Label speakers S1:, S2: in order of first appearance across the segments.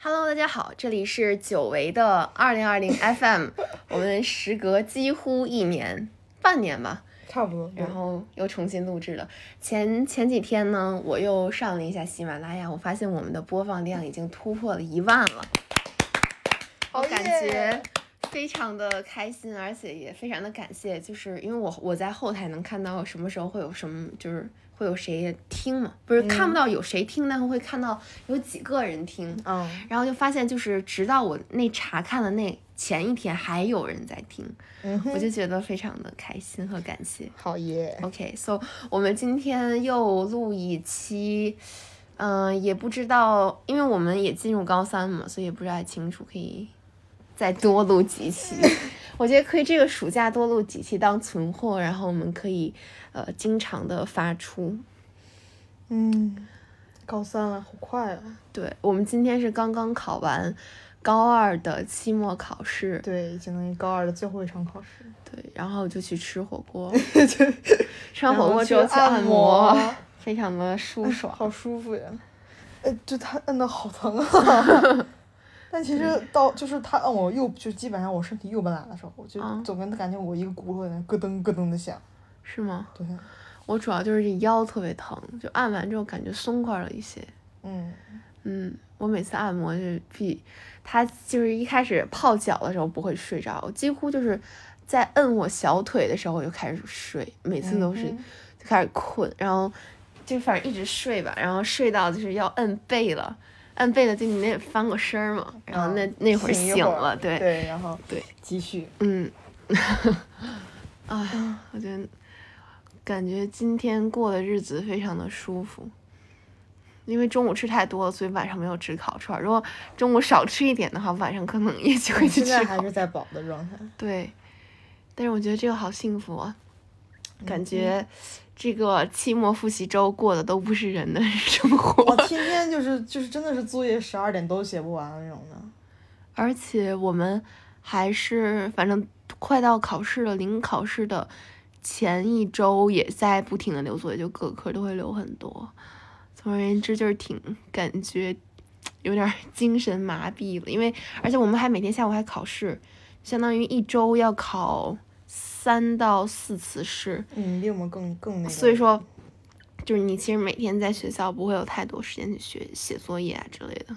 S1: Hello，大家好，这里是久违的二零二零 FM，我们时隔几乎一年，半年吧，
S2: 差不多。
S1: 然后又重新录制了。前前几天呢，我又上了一下喜马拉雅，我发现我们的播放量已经突破了一万了，我
S2: 哦耶
S1: 感觉非常的开心，而且也非常的感谢，就是因为我我在后台能看到什么时候会有什么，就是会有谁听嘛，不是看不到有谁听，但是会看到有几个人听，
S2: 嗯
S1: 然后就发现就是直到我那查看的那前一天还有人在听，
S2: 嗯
S1: 我
S2: 哼，
S1: 就觉得非常的开心和感谢。
S2: 好耶！
S1: OK，so、我们今天又录一期，嗯、也不知道，因为我们也进入高三嘛，所以也不知道清楚可以再多录几期。 我觉得可以这个暑假多录几期当存货，然后我们可以呃经常的发出。
S2: 嗯，高三了，好快啊！
S1: 对我们今天是刚刚考完高二的期末考试，
S2: 对，已经高二的最后一场考试，
S1: 对，然后就去吃火 锅，吃完火锅之后
S2: 然后
S1: 去
S2: 去按
S1: 按摩
S2: 摩，哎
S1: 非常的舒爽。
S2: 好舒服呀！哎，就他摁的好 疼啊！但其实到就是他摁我右，就基本上我身体右半拉的时候，我就
S1: 嗯
S2: 总跟感觉我一个骨头在那咯噔咯噔的响。
S1: 是吗？
S2: 对，
S1: 我主要就是这腰特别疼，就按完之后感觉松快了一些。
S2: 嗯，
S1: 嗯，我每次按摩就是必，他就是一开始泡脚的时候不会睡着，我几乎就是在摁我小腿的时候我就开始睡，每次都是
S2: 嗯哼
S1: 就开始困，然后就反正一直睡吧，然后睡到就是要摁背了，摁背了就你得翻个身儿嘛，然后那、
S2: 嗯
S1: 那会儿
S2: 醒一
S1: 醒
S2: 会儿
S1: 了，对，
S2: 对，然后
S1: 对，
S2: 继续。
S1: 嗯，啊，我觉得感觉今天过的日子非常的舒服，因为中午吃太多了，所以晚上没有吃烤串儿。如果中午少吃一点的话，晚上可能也就会去
S2: 嗯现在
S1: 吃
S2: 还
S1: 烤。
S2: 是在饱的状态。
S1: 对，但是我觉得这个好幸福啊，感
S2: 嗯
S1: 觉这个期末复习周过的都不是人的生
S2: 我
S1: 活，
S2: 天天就是就是真的是作业十二点都写不完那种的。
S1: 而且我们还是反正快到考试了，临考试的前一周也在不停的留作业，就各科都会留很多。总而言之，就是挺感觉有点儿精神麻痹了，因为而且我们还每天下午还考试，相当于一周要考三到四次试，
S2: 嗯，比我们更更那个。
S1: 所以，说。就是你其实每天在学校不会有太多时间去学写作业啊之类的，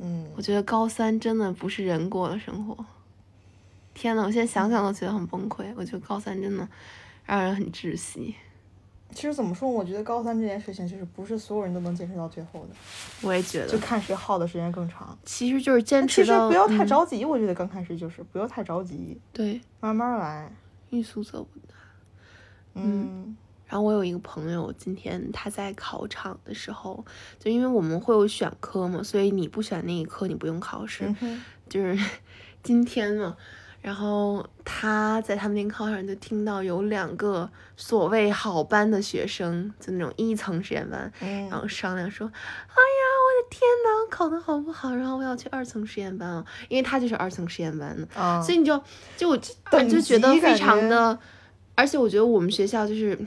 S2: 嗯，
S1: 我觉得高三真的不是人过的生活。天呐，我现在想想都觉得很崩溃。我觉得高三真的让人很窒息。
S2: 其实怎么说，我觉得高三这件事情就是不是所有人都能坚持到最后的，
S1: 我也觉
S2: 就
S1: 得，
S2: 看谁耗的时间更长。
S1: 其实就是坚
S2: 其
S1: 持
S2: 实
S1: 到
S2: 不要太
S1: 嗯
S2: 着急，我觉得刚开始就是不要太着急，
S1: 对，
S2: 慢慢来。
S1: 欲速则不达。
S2: 嗯
S1: 然后我有一个朋友，今天他在考场的时候，就因为我们会有选科嘛，所以你不选那一科，你不用考试。
S2: 嗯哼，
S1: 就是 今天嘛，然后他在他们那个考场就听到有两个所谓好班的学生，就那种一层实验班，
S2: 嗯
S1: 然后商量说：“哎呀，我的天呐，我考得好不好？然后我要去二层实验班啊，因为他就是二层实验班的，
S2: 啊，
S1: 所以你就就我就
S2: 等
S1: 就觉得
S2: 级
S1: 非
S2: 感
S1: 常
S2: 觉
S1: 的，而且我觉得我们学校就是。”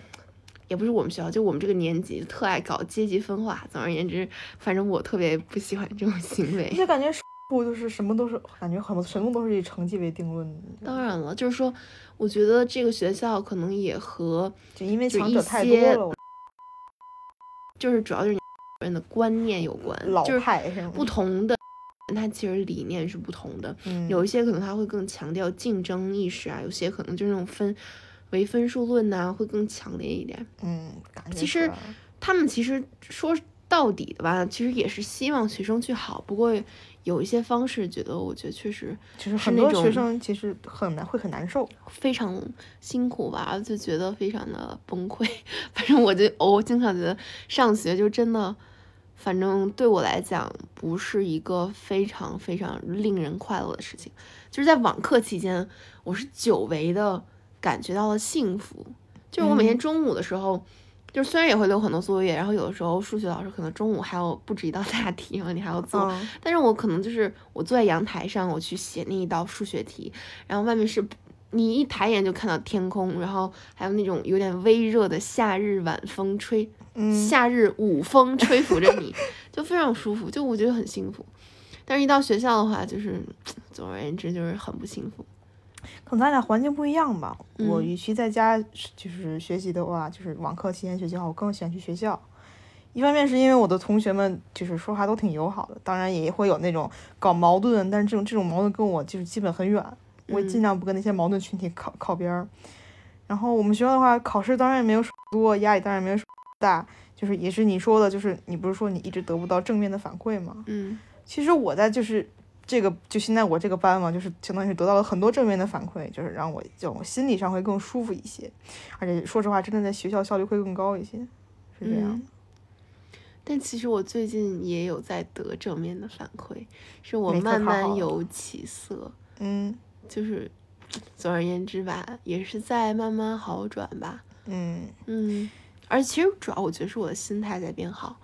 S1: 也不是我们学校，就我们这个年级特爱搞阶级分化。总而言之，反正我特别不喜欢这种行为。
S2: 就感觉不就是什么都是感觉很多什么都是以成绩为定论的，
S1: 当然了，就是说，我觉得这个学校可能也和
S2: 就因为
S1: 就
S2: 强
S1: 一
S2: 者太
S1: 些
S2: 多了，我
S1: 就是主要就是人的观念有关，
S2: 老
S1: 就是
S2: 派是吗？
S1: 不同的人他其实理念是不同的，
S2: 嗯
S1: 有一些可能他会更强调竞争意识啊，有些可能就是那种分唯分数论呐、会更强烈一点。
S2: 嗯，感觉
S1: 其
S2: 出
S1: 实
S2: 来了
S1: 他们其实说到底的吧，其实也是希望学生去好，不过有一些方式，觉得我觉得确实
S2: 就是
S1: 是
S2: 很
S1: 那
S2: 多学
S1: 种
S2: 生其实很难会很难受，
S1: 非常辛苦吧，就觉得非常的崩溃。 反正我就我经常觉得上学就真的，反正对我来讲不是一个非常非常令人快乐的事情。就是在网课期间，我是久违的感觉到了幸福。就是我每天
S2: 嗯
S1: 中午的时候，就是虽然也会留很多作业，然后有的时候数学老师可能中午还有布置一道 大题，然后你还要做，
S2: 嗯
S1: 但是我可能就是我坐在阳台上，我去写那一道数学题，然后外面是你一抬眼就看到天空，然后还有那种有点微热的夏日晚风吹，
S2: 嗯
S1: 夏日午风吹拂着你，就非常舒服，就我觉得很幸福。但是一到学校的话，就是总而言之就是很不幸福。
S2: 可能咱俩环境不一样吧。我
S1: 嗯
S2: 与其在家就是学习的话，就是网课期间学习的话，我更喜欢去学校。一方面是因为我的同学们就是说话都挺友好的，当然也会有那种搞矛盾，但是这种这种矛盾跟我就是基本很远，我也尽量不跟那些矛盾群体靠靠边儿。然后我们学校的话，考试当然也没有说多，压力当然也没有说大，就是也是你说的，就是你不是说你一直得不到正面的反馈吗？
S1: 嗯
S2: 其实我在就是这个就现在我这个班嘛，就是相当于是得到了很多正面的反馈，就是让我就我心理上会更舒服一些，而且说实话，真的在学校效率会更高一些，是这样。
S1: 嗯但其实我最近也有在得正面的反馈，是我
S2: 哪科
S1: 慢
S2: 考好
S1: 慢
S2: 了
S1: 有起色，
S2: 嗯
S1: 就是总而言之吧，也是在慢慢好转吧。
S2: 嗯
S1: 嗯，而其实主要我觉得是我的心态在变好，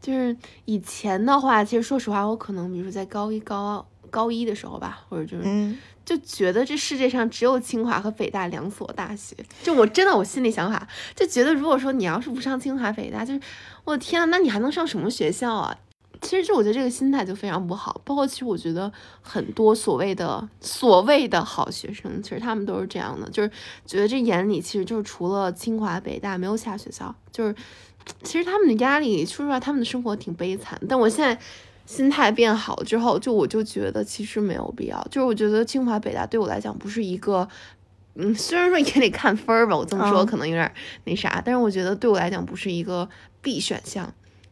S1: 就是以前的话，其实说实话，我可能比如说在高一高二、高一的时候吧，或者就是、
S2: 嗯
S1: 就觉得这世界上只有清华和北大两所大学，就我真的我心里想法就觉得，如果说你要是不上清华北大，就是我的天啊，那你还能上什么学校啊？其实就我觉得这个心态就非常不好，包括其实我觉得很多所谓的所谓的好学生，其实他们都是这样的，就是觉得这眼里其实就是除了清华北大没有其他学校，就是其实他们的压力，说实话，他们的生活挺悲惨。但我现在心态变好之后，就我就觉得其实没有必要，就是我觉得清华北大对我来讲不是一个。嗯，虽然说也得看分儿吧，我这么说
S2: 嗯
S1: 可能有点那啥，但是我觉得对我来讲不是一个必选项，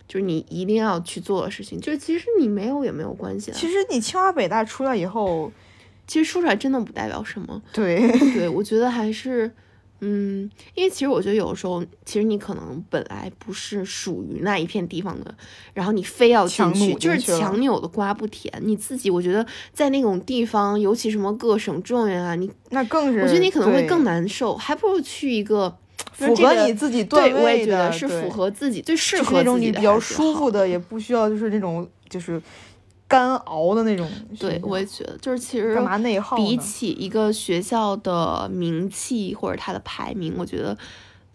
S1: 就是你一定要去做的事情。就是其实你没有也没有关系啊，
S2: 其实你清华北大出来以后，
S1: 其实说出来真的不代表什么。
S2: 对，
S1: 对，我觉得还是，嗯，因为其实我觉得有时候，其实你可能本来不是属于那一片地方的，然后你非要进
S2: 强
S1: 去，
S2: 弩
S1: 就是
S2: 进去了
S1: 强扭的瓜不甜。你自己，我觉得在那种地方，尤其什么各省状元啊，你
S2: 那更是
S1: 我觉得你可能会
S2: 嗯对
S1: 更难受，还不如去一个
S2: 符
S1: 这
S2: 合
S1: 个
S2: 你自己
S1: 对，我也
S2: 位
S1: 觉得
S2: 的，
S1: 是
S2: 对
S1: 符合自己最适
S2: 就是
S1: 合
S2: 那种
S1: 自己
S2: 你
S1: 的
S2: 比
S1: 还
S2: 较
S1: 是
S2: 舒
S1: 好嗯
S2: 服的，也不需要就是那种就是干熬的那种学校。
S1: 对，我也觉得，就是其实
S2: 干嘛内耗
S1: 比
S2: 呢
S1: 起一个学校的名气或者它的排名，我觉得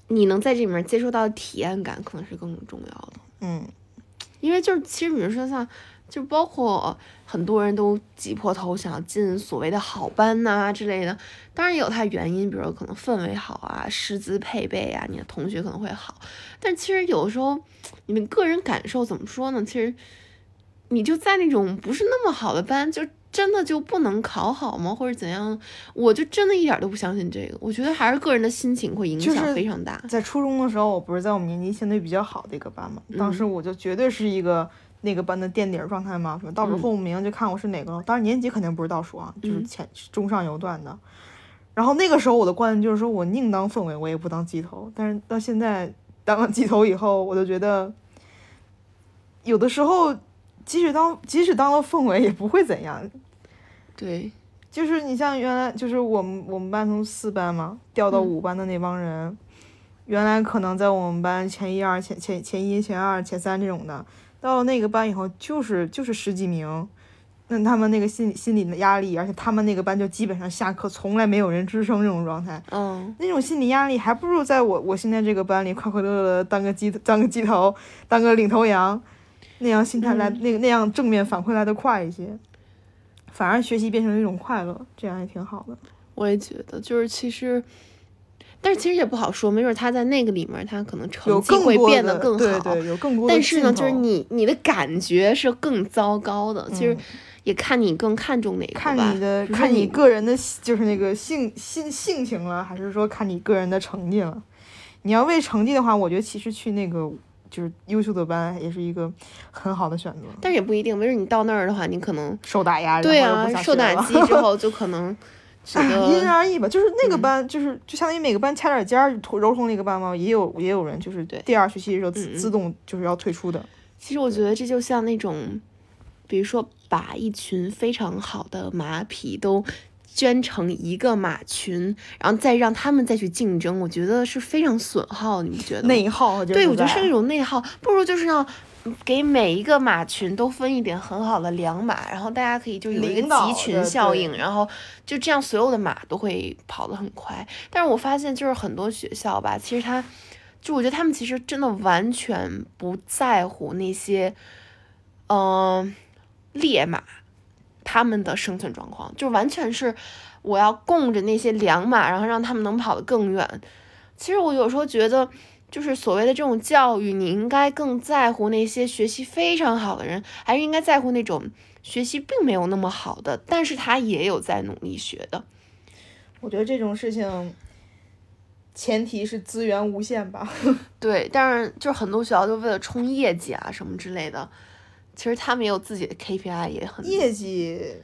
S1: 你能在这里面接受到的体验感可能是更重要的。
S2: 嗯
S1: 因为就是其实比如说像，就包括很多人都挤破头想要进所谓的好班呐、之类的，当然也有它原因，比如说可能氛围好啊，师资配备啊，你的同学可能会好。但其实有时候你们个人感受怎么说呢？其实你就在那种不是那么好的班，就真的就不能考好吗？或者怎样？我就真的一点都不相信这个。我觉得还是个人的心情会影
S2: 就
S1: 响
S2: 是
S1: 非常大。
S2: 在初中的时候，我不是在我们年级相对比较好的一个班嘛，当
S1: 嗯
S2: 时我就绝对是一个那个班的垫底儿状态嘛，什么倒数
S1: 嗯
S2: 后五名就看我是哪个了。当然年级肯定不是倒数啊，就是
S1: 嗯
S2: 前中上游段的。然后那个时候我的观念就是说我宁当凤尾，我也不当鸡头。但是到现在当了鸡头以后，我就觉得有的时候即使当即使当了凤尾也不会怎样，
S1: 对，
S2: 就是你像原来就是我们我们班从四班嘛调到
S1: 嗯
S2: 五班的那帮人，原来可能在我们班前一二前前前一前二前三这种的，到了那个班以后就是就是十几名，那他们那个心理心理的压力，而且他们那个班就基本上下课从来没有人吱声这种状态，
S1: 嗯，
S2: 那种心理压力还不如在我我现在这个班里快快乐乐地当个鸡当个鸡头当个领头羊，那样心态来、
S1: 嗯
S2: 那个那样正面反馈来的快一些，反而学习变成了一种快乐，这样也挺好的。
S1: 我也觉得，就是其实。但是其实也不好说，没准他在那个里面，他可能成
S2: 有
S1: 绩
S2: 更
S1: 会
S2: 多
S1: 变
S2: 的
S1: 得更好。
S2: 对对，有更多的
S1: 但是呢，
S2: 劲
S1: 就是
S2: 头
S1: 你你的感觉是更糟糕的，其实
S2: 嗯
S1: 也看你更看重哪个
S2: 看
S1: 吧
S2: 你的
S1: 比如说
S2: 看
S1: 你
S2: 你个人的喜就是那个性性性情了，还是说看你个人的成绩了？你要为成绩的话，我觉得其实去那个就是优秀的班也是一个很好的选择。
S1: 但是也不一定，没准你到那儿的话，你可能
S2: 受打压，
S1: 对
S2: 然后又
S1: 啊
S2: 不，想
S1: 受
S2: 学
S1: 打
S2: 了
S1: 击之后就可能觉
S2: 哎 因人
S1: 得
S2: 而异吧，就是
S1: 嗯
S2: 那个班，就是就相当于每个班掐点尖儿，揉成那个班嘛，也有也有人就是
S1: 对
S2: 第二学期的时候
S1: 嗯
S2: 自
S1: 嗯
S2: 自动就是要退出的，
S1: 其实我觉得这就像那种，比如说把一群非常好的马匹都圈成一个马群，然后再让他们再去竞争，我觉得是非常损耗，你不觉得吗？
S2: 内耗就是
S1: 对，我觉得
S2: 在
S1: 是一种内耗，不如就是让给每一个马群都分一点很好的良马，然后大家可以就有一个
S2: 领导
S1: 集群
S2: 的
S1: 效
S2: 对
S1: 应，然后就这样所有的马都会跑得很快。但是我发现就是很多学校吧，其实他就我觉得他们其实真的完全不在乎那些，嗯、烈马他们的生存状况，就完全是我要供着那些良马，然后让他们能跑得更远。其实我有时候觉得，就是所谓的这种教育，你应该更在乎那些学习非常好的人，还是应该在乎那种学习并没有那么好的，但是他也有在努力学的。
S2: 我觉得这种事情，前提是资源无限吧。
S1: 对，但是就是很多学校就为了冲业绩啊什么之类的，其实他们也有自己的 KPI，也很
S2: 业绩，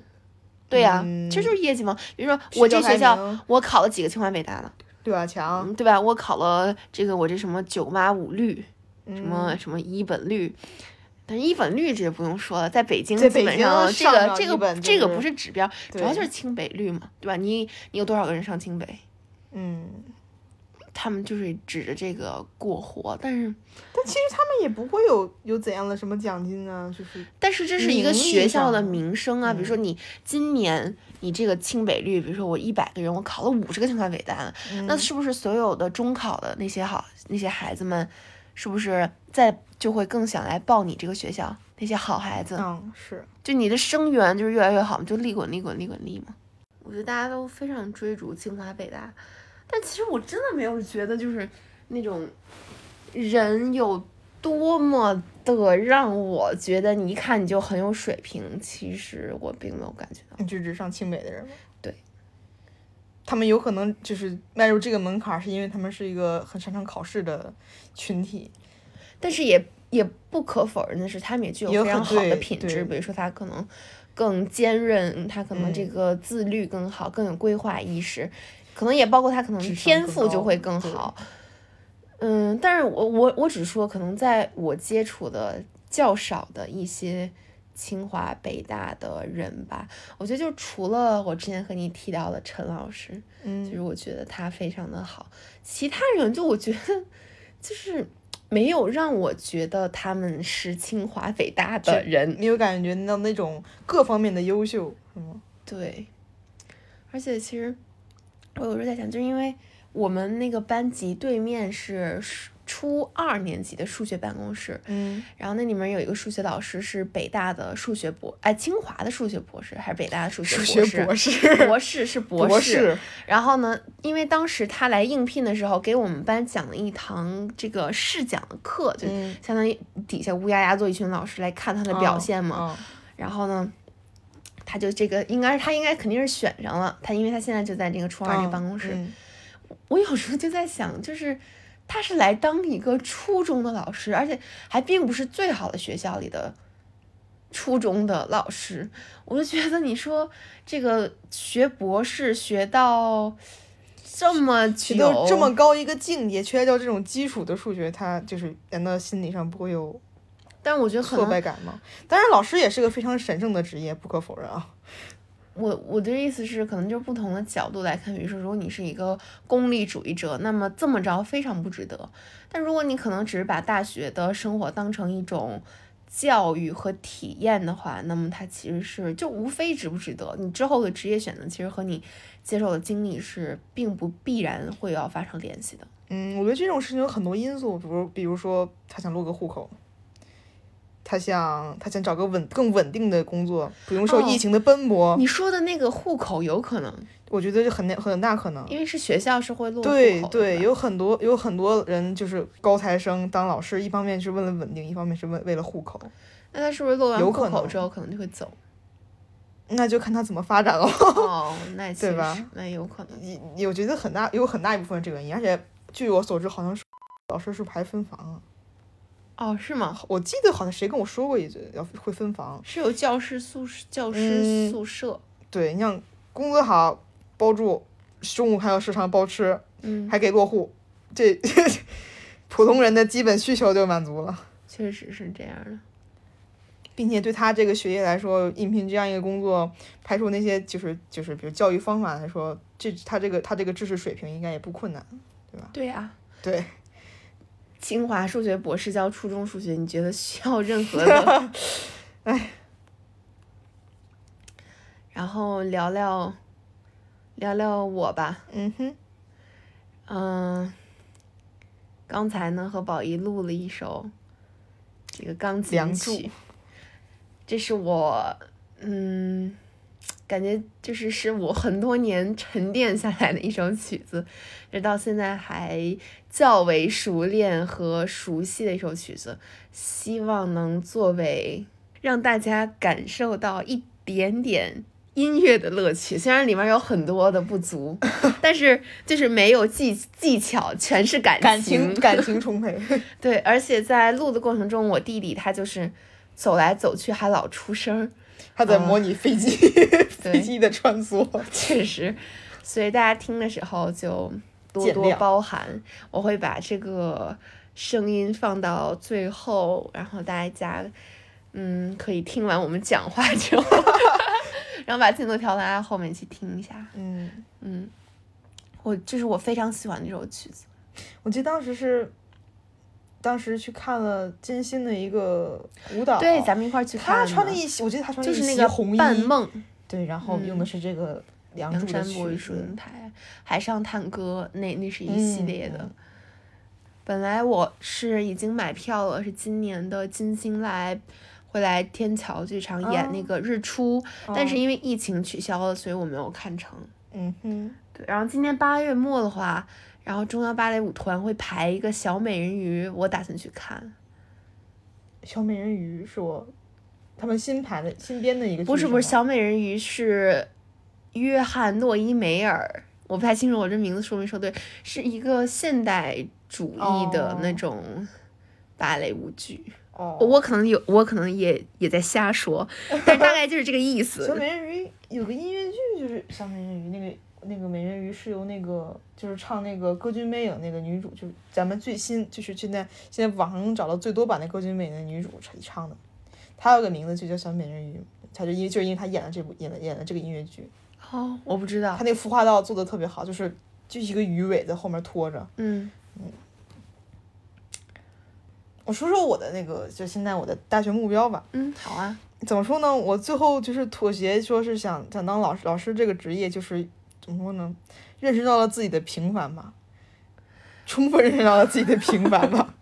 S1: 对呀、
S2: 嗯
S1: 其实就是业绩嘛。比如说 我这学
S2: 世界排
S1: 校
S2: 名，
S1: 我考了几个清华北大的，
S2: 对吧？强，
S1: 嗯对吧？我考了这个我这什么九八五率，嗯什
S2: 什
S1: 么什么一本率。但是一本率这不用说了，在北京
S2: 在
S1: 基
S2: 北
S1: 本
S2: 京
S1: 上这
S2: 上
S1: 个
S2: 上
S1: 这
S2: 一
S1: 个
S2: 本就
S1: 这个
S2: 是
S1: 不是指标，主要
S2: 对
S1: 就是清北率嘛，对吧？你你有多少个人上清北？
S2: 嗯，
S1: 他们就是指着这个过活，但是
S2: 但其实他们也不会有有怎样的什么奖金啊，就是
S1: 但是这是一个
S2: 名义
S1: 学校的
S2: 上嗯
S1: 名声啊，比如说你今年你这个清北率，比如说我一百个人，我考了五十个清华北大，
S2: 嗯
S1: 那是不是所有的中考的那些好那些孩子们，是不是在就会更想来报你这个学校？那些好孩子，
S2: 嗯是，
S1: 就你的生源就是越来越好嘛，就利滚利滚利滚利嘛。我觉得大家都非常追逐清华北大，但其实我真的没有觉得就是那种人有多么的让我觉得你一看你就很有水平，其实我并没有感觉到。
S2: 你就只上清北的人吗？
S1: 对，
S2: 他们有可能就是迈入这个门槛儿，是因为他们是一个很擅长考试的群体。
S1: 但是也也不可否认的是，他们也具有
S2: 也有
S1: 非常好
S2: 很
S1: 的
S2: 对
S1: 品
S2: 对
S1: 质，比如说他可能更坚韧，他可能这
S2: 嗯
S1: 个自律更好，更有规划意识，可能也包括他可能
S2: 智商
S1: 天
S2: 更
S1: 赋就
S2: 高
S1: 会更
S2: 对
S1: 好。嗯，但是我我我只说，可能在我接触的较少的一些清华北大的人吧，我觉得就除了我之前和你提到的陈老师，就
S2: 嗯，
S1: 是我觉得他非常的好。其他人就我觉得就是没有让我觉得他们是清华北大的人，
S2: 你有感觉到那种各方面的优秀是吗？
S1: 对。而且其实我有时候在想，就是因为我们那个班级对面是数初二年级的数学办公室，
S2: 嗯，
S1: 然后那里面有一个数学老师是北大的数学博，哎，清华的数学博士还是北大的数学
S2: 数
S1: 博士？
S2: 学博士，
S1: 博士是 博
S2: 博士，
S1: 然后呢，因为当时他来应聘的时候，给我们班讲了一堂这个试讲的课，就
S2: 嗯
S1: 相当于底下乌压压坐一群老师来看他的表现嘛。
S2: 嘛，
S1: 然后呢，他就这个应该是他应该肯定是选上了，他因为他现在就在这个初
S2: 嗯
S1: 二这个办公室。
S2: 嗯
S1: 我有时候就在想，就是他是来当一个初中的老师，而且还并不是最好的学校里的初中的老师，我就觉得你说这个学博士学到这么
S2: 取
S1: 久，
S2: 到这么高一个境界，缺掉这种基础的数学，他就是难道心理上不会有
S1: 但我觉得可
S2: 挫
S1: 能
S2: 败感吗？当然，老师也是个非常神圣的职业，不可否认啊。
S1: 我我的意思是，可能就是不同的角度来看，比如说，如果你是一个功利主义者，那么这么着非常不值得。但如果你可能只是把大学的生活当成一种教育和体验的话，那么它其实是就无非值不值得。你之后的职业选择，其实和你接受的经历是并不必然会要发生联系的。
S2: 嗯，我觉得这种事情有很多因素，比如比如说他想落个户口，他想他想找个稳更稳定的工作，不用受
S1: 哦
S2: 疫情的奔波，
S1: 你说的那个户口有可能，
S2: 我觉得就很很大可能。
S1: 因为是学校是会落户口的
S2: 嗯对
S1: 吧
S2: 对，有很多有很多人就是高材生当老师，一方面是为了稳定，一方面是为为了户口，
S1: 那他是不是落完
S2: 有
S1: 户
S2: 可
S1: 口
S2: 能
S1: 之后可能就会 走？
S2: 那就看他怎么发展了。
S1: 哦，那其
S2: 对
S1: 实
S2: 吧
S1: 是那有可能。
S2: 也我觉得很大有很大一部分这个原因，而且据我所知，好像是老师是不是还分房啊？
S1: 哦，是吗？
S2: 我记得好像谁跟我说过一句要会分房。
S1: 是有教师宿舍、教师
S2: 嗯
S1: 宿舍，
S2: 对，你想工资好包住，中午还有食堂包吃，
S1: 嗯，
S2: 还给落户，这 普通人的基本需求就满足了，
S1: 确实是这样的。
S2: 并且对他这个学业来说，应聘这样一个工作，排除那些就是就是比如教育方法来说，这他这个他这个知识水平应该也不困难。
S1: 对呀，
S2: 对，
S1: 清华数学博士教初中数学，你 觉得需要任何的？ 哎，然后聊聊聊聊我吧，
S2: 嗯哼，
S1: 嗯，刚才呢和宝仪录了一首这个钢琴
S2: 梁祝
S1: 曲，这是我嗯，感觉就是是我很多年沉淀下来的一首曲子，直到现在还较为熟练和熟悉的一首曲子，希望能作为让大家感受到一点点。音乐的乐趣，虽然里面有很多的不 足，但是就是没有技技巧，全是感
S2: 感情感情充 沛。
S1: 对，而且在录的过程中，我弟弟他就是走来走去还老出声儿，
S2: 他在模拟飞 机、
S1: 对
S2: 飞机的穿梭。嗯
S1: 确实，所以大家听的时候就多
S2: 见
S1: 多
S2: 谅
S1: 包涵。我会把这个声音放到最后，然后大家嗯可以听完我们讲话之后， 然后把进度条拉到后面去听一下。
S2: 嗯，
S1: 嗯，我这是我非常喜欢的一首曲子。
S2: 我记得当时是，当时去看了金鑫的一个舞蹈，
S1: 对，咱们一块儿去看
S2: 他
S1: 的。
S2: 穿了一袭，我记得他穿了
S1: 就
S2: 一
S1: 是那
S2: 袭
S1: 个
S2: 红衣，
S1: 半梦，嗯
S2: 对，然后用的是这个梁
S1: 梁
S2: 祝的
S1: 山伯
S2: 曲
S1: 与祝
S2: 子
S1: 英。台、海上探戈，那那是一
S2: 嗯
S1: 系列的。
S2: 嗯
S1: 本来我是已经买票了，是今年的金星来会来天桥剧场演那
S2: 哦
S1: 个日出，
S2: 哦
S1: 但是因为疫情取消了，所以我没有看成。
S2: 嗯哼，
S1: 对，然后今年八月末的话，然后中央芭蕾舞团会排一个小美人鱼，我打算去看。
S2: 小美人鱼是我他们新排的新编的一个剧
S1: 不是不是，
S2: 吗
S1: 小美人鱼是约翰诺伊梅尔，我不太清楚我这名字说没说对，是一个现代主义的那
S2: 哦
S1: 种芭蕾舞剧。
S2: 哦，
S1: 我可能有，我可能也也在瞎说，但大概就是这个意
S2: 小
S1: 思。
S2: 美人鱼有个音乐剧就是小美人鱼那个。那个美人鱼是由那个就是唱那个《歌剧魅影》那个女主，就是咱们最新就是现在现在网上能找到最多版的《歌剧魅影》的女主唱唱的，她有个名字就叫小美人鱼，她就因为就是因为她演了这部演了演了这个音乐剧，
S1: 哦，我不知道
S2: 她。那个服化道做的特别好，就是就一个鱼尾在后面拖着，
S1: 嗯，
S2: 我说说我的那个，就现在我的大学目标吧。
S1: 嗯，好啊。
S2: 怎么说呢？我最后就是妥协，说是想想当老师，老师这个职业就是怎么说呢？认识到了自己的平凡吧， 充分认识到了自己的平凡吧。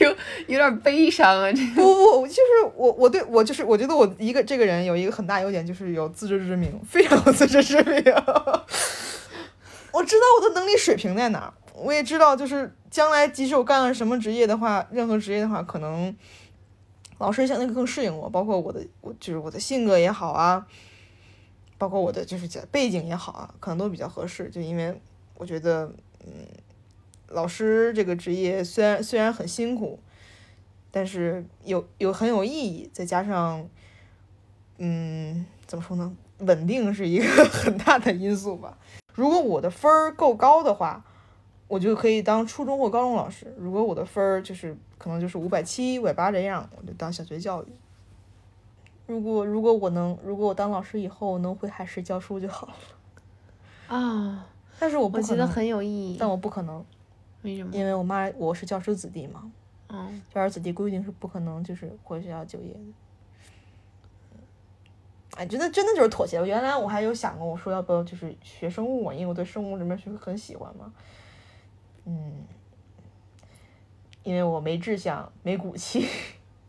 S1: 有有点悲伤啊，这
S2: 不不，就是我我对我就是我觉得我一个这个人有一个很大优点，就是有自知之明，非常有自知之明。 我知道我的能力水平在哪儿，我也知道就是将来即使我干了什么职业的话，任何职业的话，可能老师相对更适应我，包括我的我就是我的性格也好啊，包括我的就是家背景也好啊，可能都比较合适。就因为我觉得，嗯，老师这个职业虽然虽然很辛苦，但是有有很有意义，再加上，嗯，怎么说呢？稳定是一个 很大的因素吧。如果我的分儿够高的话，我就可以当初中或高中老师；如果我的分儿就是可能就是五百七、五百八这样，我就当小学教育。如果如果我能，如果我当老师以后能会海事教书就好了。
S1: 啊、
S2: 但是我不
S1: 我
S2: 可
S1: 觉得
S2: 能，
S1: 很有意义。
S2: 但我不可能，
S1: 为什么？
S2: 因为我妈我是教师子弟嘛，
S1: 嗯，
S2: 教师子弟规定是不可能就是回学校就业的。嗯哎，真的真的就是妥协。原来我还有想过，我说要不要就是学生物嘛，因为我对生物这门学科很喜欢嘛。嗯，因为我没志向，没骨气，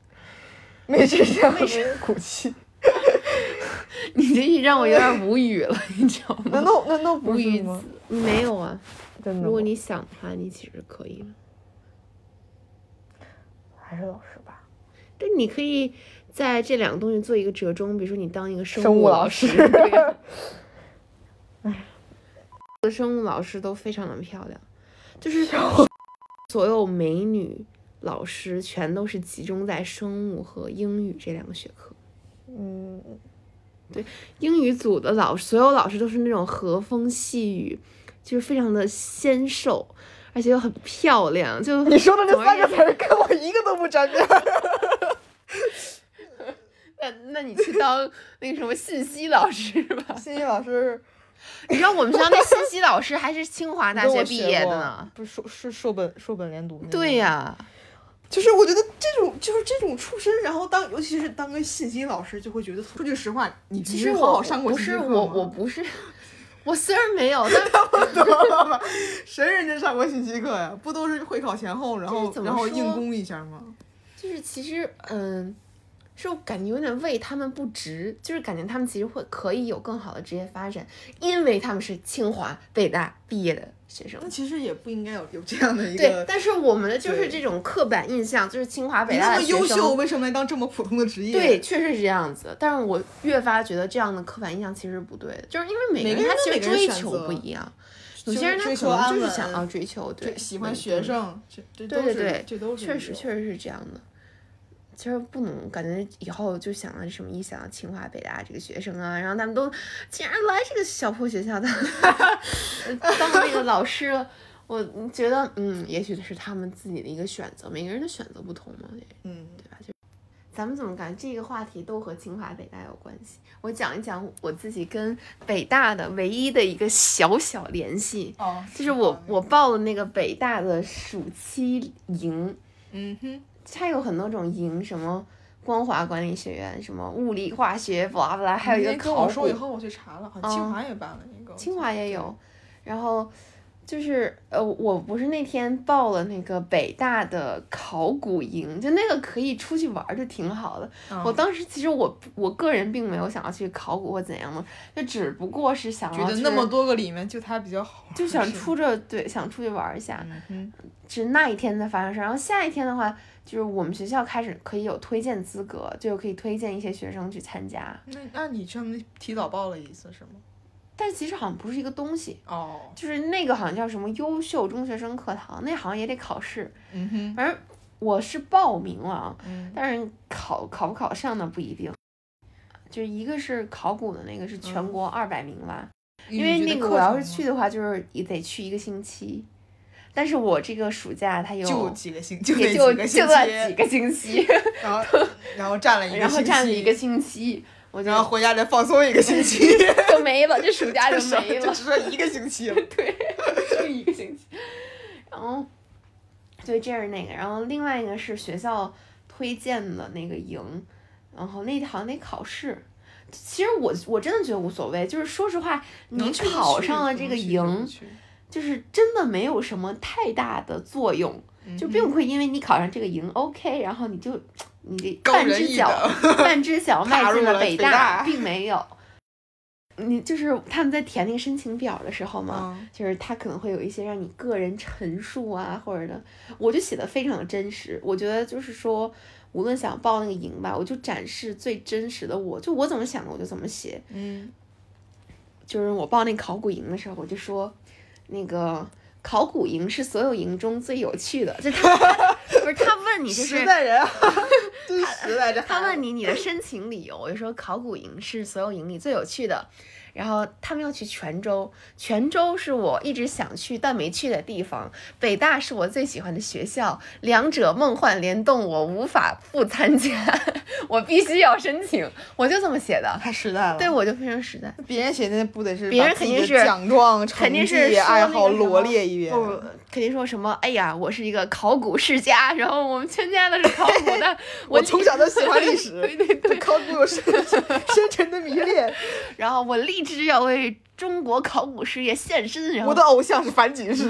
S2: 没志向，没骨气。
S1: 你这一让我有点无语了，你知道吗？
S2: 难道难道
S1: 无
S2: 不
S1: 语
S2: 是吗？
S1: 子没有啊。
S2: 真的
S1: 如果
S2: 吗
S1: 你想的话，你其实可以。
S2: 还是老师吧。
S1: 但你可以在这两个东西做一个折中，比如说你当一个
S2: 生
S1: 物
S2: 物
S1: 老
S2: 老
S1: 师，
S2: 师
S1: 对呀我的生物老师都非常的漂亮，就是所有美女老师全都是集中在生物和英语这两个学科。
S2: 嗯，
S1: 英语组的老师，所有老师都是那种和风细雨，就是非常的纤瘦，而且又很漂亮，就
S2: 你说的这
S1: 总而
S2: 三
S1: 言之
S2: 个词儿跟我一个都不沾边儿。
S1: 那那你去当那个什么信息老师 吧。
S2: 心理老师
S1: 你知道我们学校那信息老师还是清华大
S2: 跟
S1: 学
S2: 我
S1: 毕
S2: 学
S1: 业的
S2: 过
S1: 呢。，
S2: 不是硕是硕本硕本连读那
S1: 对
S2: 种、
S1: 呀、
S2: 就是我觉得这种就是这种出身，然后当尤其是当个信息老师，就会觉得说句实话，你
S1: 其
S2: 其
S1: 实
S2: 好
S1: 我
S2: 好上过
S1: 不
S2: 信息
S1: 是
S2: 课
S1: 我
S2: 吗
S1: 我不是，我虽然没有， 但是
S2: 谁认真上过信息课呀？不都是会考前后，然
S1: 就是
S2: 后
S1: 怎么
S2: 然后
S1: 说
S2: 硬攻一下吗？
S1: 就是其实嗯，是我感觉有点为他们不值，就是感觉他们其实会可以有更好的职业发展，因为他们是清华、北大毕业的学生
S2: 那。其实也不应该有有这样的一
S1: 对
S2: 个，。
S1: 但是我们的就是
S2: 对
S1: 这种刻板印象，就是清华、
S2: 你
S1: 北
S2: 那
S1: 大的
S2: 么
S1: 学
S2: 优
S1: 生
S2: 秀，为什么来当这么普通的职业？
S1: 对，，确实是这样子。但是我越发觉得这样的刻板印象其实不对的，就是因为每
S2: 每
S1: 个
S2: 个
S1: 人
S2: 人
S1: 他
S2: 都
S1: 其
S2: 每
S1: 实
S2: 个人
S1: 追
S2: 选
S1: 求
S2: 择
S1: 不一样，有
S2: 就
S1: 些人他
S2: 追
S1: 可
S2: 求
S1: 能
S2: 安
S1: 就是
S2: 稳
S1: 想要追求，对，
S2: 喜欢
S1: 稳
S2: 学
S1: 定，
S2: 生，这这
S1: 对
S2: 都
S1: 对
S2: 是
S1: 对
S2: 这都是
S1: 确实
S2: 有
S1: 确实是这样的。其实不能，感觉以后就想到什么一想到清华北大这个学生啊，然后他们都竟然来这个小破学校当 当那个老师了，我觉得嗯，也许是他们自己的一个选择，每个人的选择不同嘛，也
S2: 嗯，
S1: 对吧？就咱们怎么感觉这个话题都和清华北大有关系？我讲一讲我自己跟北大的唯一的一个小小联系，
S2: 哦，
S1: 就是我我报了那个北大的暑期营，
S2: 嗯哼，
S1: 它有很多种营，什么光华管理学院，什么物理化学，巴拉巴拉，还有一
S2: 你
S1: 个
S2: 跟
S1: 考
S2: 我说
S1: 古哦
S2: 以，后我去查了，好像清华也办了一个，
S1: 清华也有，然后。就是呃，我不是那天报了那个北大的考古营，就那个可以出去玩儿，就挺好的。
S2: 嗯，
S1: 我当时其实我我个人并没有想要去考古或怎样的，就只不过哦是想
S2: 觉
S1: 要
S2: 得
S1: 去
S2: 那么多个里面就它比较好玩，
S1: 就想
S2: 是
S1: 出这对想出去玩一下，
S2: 嗯哼，
S1: 是那一天才发生事儿。然后下一天的话，就是我们学校开始可以有推荐资格，就可以推荐一些学生去参加。
S2: 那那你专门提早报了一次是吗？
S1: 但其实好像不是一个东西，
S2: 哦，
S1: 就是那个好像叫什么优秀中学生课堂，那好像也得考试。
S2: 嗯哼，
S1: 反正我是报名了啊，
S2: 嗯
S1: 但是考考不考上呢不一定。就是一个是考古的那个是全
S2: 嗯
S1: 国二百名吧，因
S2: 你
S1: 为
S2: 觉得
S1: 那个
S2: 课
S1: 我要
S2: 程
S1: 是去的话，就是也得去一个星期，但是我这个暑假它有
S2: 就几个星，就 那
S1: 也就
S2: 几个
S1: 就
S2: 星
S1: 那几
S2: 期，
S1: 个星期，
S2: 然后 然后站了一个星期，
S1: 然后站了一个，星期，我就
S2: 然后回家再放松一个星期，
S1: 就没了，这暑假就 没
S2: 就
S1: 了，
S2: 只剩一个星 期了。
S1: 对，就一个星期。然后，对，这是那个，然后另外一个是学校推荐的那个营，然后那好像得考试。其实我我真的觉得无所谓，就是说实话，你
S2: 能去就
S1: 考
S2: 去
S1: 上了
S2: 不
S1: 这
S2: 能
S1: 个
S2: 去就不
S1: 营，
S2: 去
S1: 就是真的没有什么太大的作用，就
S2: 嗯
S1: 并不会因为你考上这个营，OK，然后你就你的
S2: 高
S1: 半
S2: 人
S1: 只
S2: 一
S1: 脚
S2: 等
S1: 半只脚迈
S2: 踏
S1: 进
S2: 入
S1: 了
S2: 了
S1: 北
S2: 北大
S1: 并没有。你就是他们在填那个申请表的时候嘛，
S2: 嗯
S1: 就是他可能会有一些让你个人陈述啊，或者的，我就写的非常的真实。我觉得就是说，无论想报那个营吧，我就展示最真实的我，就我怎么想的我就怎么写。
S2: 嗯
S1: 就是我报那考古营的时候，我就说，那个考古营是所有营中最有趣的。就他 不是他问你就
S2: 时
S1: 是
S2: 代人啊， 真是时代这
S1: 他
S2: 孩子
S1: 问 你你的申请理由，我就说考古营是所有营里最有趣的。然后他们要去泉州，泉州是我一直想去但没去的地方。北大是我最喜欢的学校，两者梦幻联动，我无法不参加，我必须要申请。我就这么写的，
S2: 太时代了。
S1: 对，我就非常实在。
S2: 别人写那不得是
S1: 别人
S2: 把自己
S1: 肯定
S2: 的
S1: 是
S2: 奖状、
S1: 肯定
S2: 成
S1: 是
S2: 绩
S1: 说
S2: 爱
S1: 那个
S2: 好
S1: 什
S2: 罗
S1: 么
S2: 列一遍。。
S1: 不，哦肯定说什么？哎呀，我是一个考古世家，然后我们全家都是考古的
S2: 我从小就喜欢历史
S1: 对对对，
S2: 对考古有深 深沉的迷恋。
S1: 然后我立志要为中国考古事业献身，然后
S2: 我的偶像是樊 锦诗，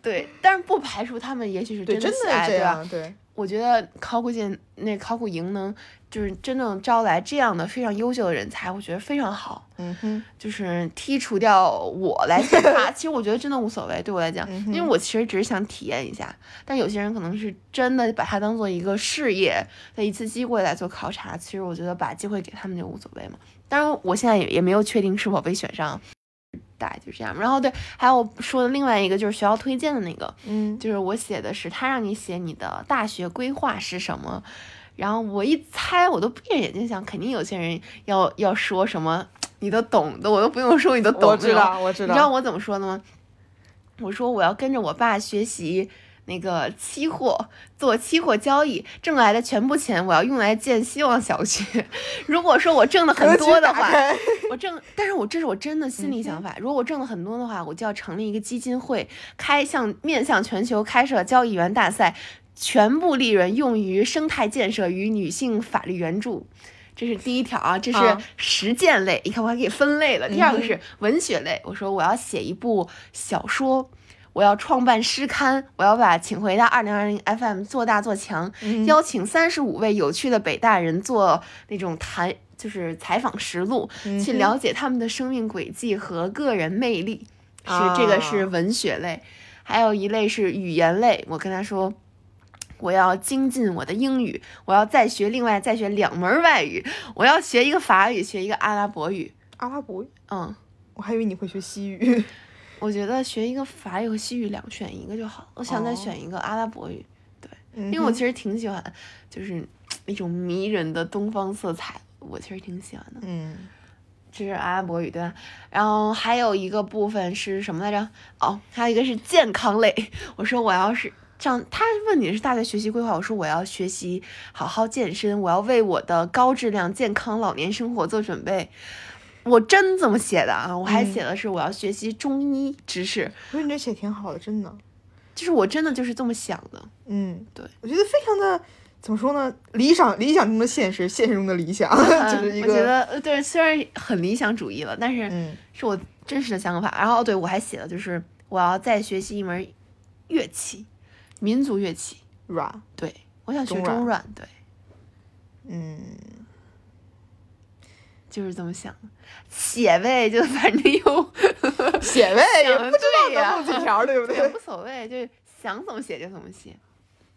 S1: 对，但是不排除他们也许是
S2: 对，真
S1: 喜
S2: 的
S1: 爱，
S2: 是
S1: 对
S2: 这
S1: 吧？
S2: 样，对，
S1: 我觉得考古界那考古营能就是真正招来这样的非常优秀的人才，我觉得非常好。
S2: 嗯哼，
S1: 就是剔除掉我来选 他，其实我觉得真的无所谓，对我来讲，
S2: 嗯哼
S1: 因为我其实只是想体验一下。但有些人可能是真的把它当做一个事业的一次机会来做考察，其实我觉得把机会给他们就无所谓嘛。当然，我现在也也没有确定是否被选上，大概就这样。然后对，还有我说的另外一个就是学校推荐的那个，
S2: 嗯，
S1: 就是我写的是他让你写你的大学规划是什么，然后我一猜，我都闭着眼睛想，肯定有些人要要说什么，你都懂的，我都不用说，你都懂。
S2: 我知，道，我知
S1: 你知道
S2: 道，
S1: 我怎么说的吗？我说我要跟着我爸学习那个期货，做期货交易，挣来的全部钱我要用来建希望小学。 如果说我挣的很多的话， 我挣，但是我这是我真的心里想法。如果我挣的很多的话，我就要成立一个基金会，开向面向全球开设交易员大赛，全部利润用于生态建设与女性法律援助。这是第一条啊，这是
S2: 啊
S1: 实践类。你看我还给分类了。第二个是文学类，我说我要写一部小说。我要创办诗刊，我要把《请回答二零二零 FM》做大做强，邀请三十五位有趣的北大人做那种谈，就是采访实录，
S2: 嗯
S1: 去了解他们的生命轨迹和个人魅力。是这个是
S2: 啊
S1: 文学类，还有一类是语言类。我跟他说，我要精进我的英语，我要再学另外再学两门外语，我要学一个法语，学一个阿拉伯语。
S2: 阿拉伯语，
S1: 嗯，
S2: 我还以为你会学西语。
S1: 我觉得学一个法语和西语两选一个就好。我想再
S2: 哦嗯
S1: 选一个阿拉伯语，因
S2: 因
S1: 为我其实挺喜欢，就是那种迷人的东方色彩，我其实挺喜欢的。
S2: 嗯，
S1: 这是阿拉伯语对吧？然后还有一个部分是什么来着？哦，还有一个是健康类。我说我要是上，他问你是大学学习规划，我说我要学习好好健身，我要为我的高质量健康老年生活做准备。我真这么写的啊！我还
S2: 嗯
S1: 写的是我要学习中医知识，
S2: 我觉得你这写挺好的，真的。
S1: 就是我真的就是这么想的。
S2: 嗯，
S1: 对，
S2: 我觉得非常的怎么说呢？理想理想中的现实，现实中的理想，
S1: 嗯
S2: 就是一
S1: 我觉
S2: 个
S1: 得呃对，虽然很理想主义了，但是
S2: 嗯
S1: 是我真实的想法。然后哦对我还写了，就是我要再学习一门乐器，民族乐器。
S2: 软，
S1: 对，我想学
S2: 中
S1: 中
S2: 阮
S1: 阮，对，
S2: 嗯，
S1: 就是这么想的。写呗，就反正又嗯
S2: 写呗，也不
S1: 对
S2: 知道
S1: 呀
S2: 能，弄几条，对不
S1: 也
S2: 对？
S1: 无所谓，就是想怎么写就怎么写。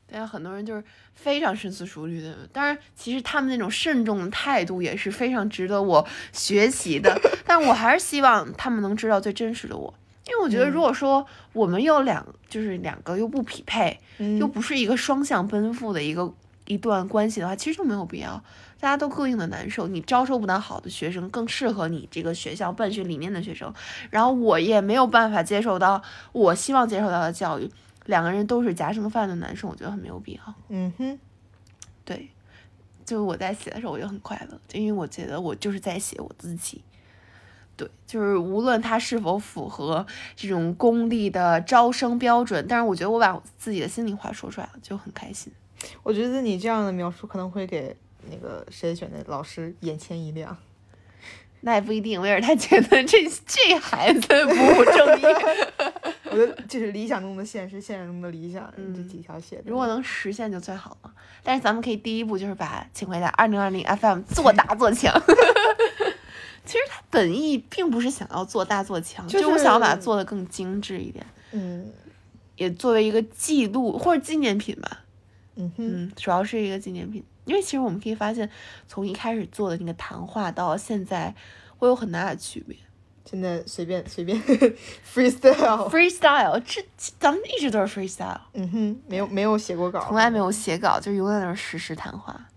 S1: 但是很多人就是非常深思熟虑的，当然，其实他们那种慎重的态度也是非常值得我学习的。但我还是希望他们能知道最真实的我，因为我觉得如果说我们又两就是两个又不匹配，
S2: 嗯
S1: 又不是一个双向奔赴的一个一段关系的话，其实就没有必要，大家都膈应的难受。你招收不到好的学生，更适合你这个学校办学理念的学生，然后我也没有办法接受到我希望接受到的教育，两个人都是夹生饭的男生，我觉得很没有必要。
S2: 嗯哼，
S1: 对，就是我在写的时候，我就很快乐，就因为我觉得我就是在写我自己。对，就是无论它是否符合这种功利的招生标准，但是我觉得我把我自己的心里话说出来了，就很开心。
S2: 我觉得你这样的描述可能会给那个筛选的老师眼前一亮。
S1: 那也不一定，维尔他觉得这这孩子不务 正业，
S2: 我觉得就是理想中的现实，现实中的理想，这
S1: 嗯
S2: 几条写的。
S1: 如果能实现就最好了。但是咱们可以第一步就是把《请回答二零二零 FM》做大做强。 其实他本意并不是想要做大做强，
S2: 就是
S1: 我想要把它做得更精致一点，
S2: 嗯
S1: 也作为一个记录或者纪念品吧。
S2: 嗯哼，
S1: 嗯，主要是一个纪念品，因为其实我们可以发现，从一开始做的那个谈话到现在，会有很大的区别。
S2: 现在随便随便 freestyle。
S1: freestyle，这这咱们一直都是 freestyle。
S2: 嗯哼，没有没有写过稿，
S1: 从来没有写稿，就永远都是实时谈话。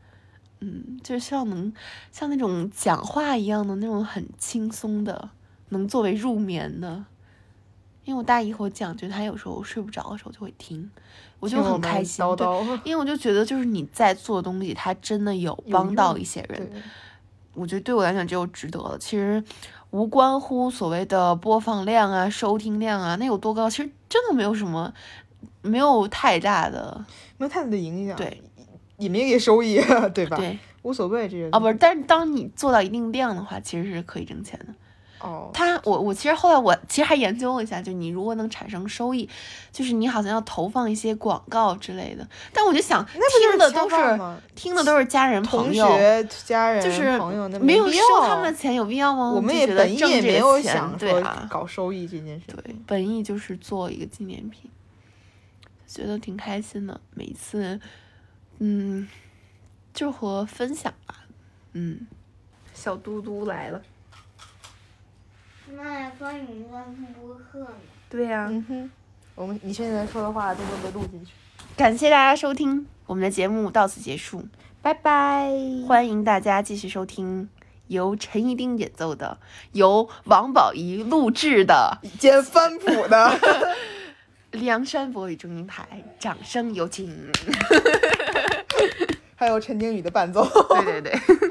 S1: 嗯，就是希望能像那种讲话一样的那种很轻松的，能作为入眠的。因为我大姨和我讲，就她有时候睡不着的时候就会听，我
S2: 听
S1: 就
S2: 我
S1: 很
S2: 们
S1: 开心。
S2: 叨
S1: 对
S2: 叨，
S1: 因为我就觉得，就是你在做的东西，它真的有
S2: 有
S1: 帮到
S2: 用
S1: 一些人
S2: 对，，
S1: 我觉得对我来讲只有值得了。其实无关乎所谓的播放量啊、收听量啊，那有多高，其实真的没有什么，没有太大的
S2: 没有太大的影响，
S1: 对，
S2: 也没给收益， 对吧？
S1: 对。
S2: 无所谓这个
S1: 啊，不是，但是当你做到一定量的话，其实是可以挣钱的。
S2: 哦，
S1: 它，我我其实后来我其实还研究了一下，就你如果能产生收益，就是你好像要投放一些广告之类的。但我就想，
S2: 那
S1: 听
S2: 不
S1: 的
S2: 就是
S1: 都
S2: 恰饭
S1: 是
S2: 吗？
S1: 听的都是家人嗯
S2: 同
S1: 朋友，
S2: 学、家人、
S1: 就是
S2: 朋友，那
S1: 没有
S2: 必
S1: 收
S2: 要
S1: 他们的钱有必要吗？
S2: 我们
S1: 就
S2: 也
S1: 觉得
S2: 本意
S1: 挣
S2: 也
S1: 这个
S2: 没有
S1: 钱
S2: 想
S1: 对
S2: 说
S1: 啊，
S2: 搞收益这件事，
S1: 对，本意就是做一个纪念品，觉得挺开心的。每一次，嗯，就和分享吧，嗯。小嘟嘟来了，
S3: 那关羽在听播客呢。
S1: 对呀、
S2: 嗯哼，我们你现在说的话都会被录进去，
S1: 感谢大家收听，我们的节目到此结束，
S2: 拜拜，
S1: 欢迎大家继续收听由陈一丁演奏的、由王宝仪录制的
S2: 捡翻谱的。
S1: 《梁山伯与祝英台》，掌声有请。
S2: 还有陈景宇的伴奏。
S1: 对对对。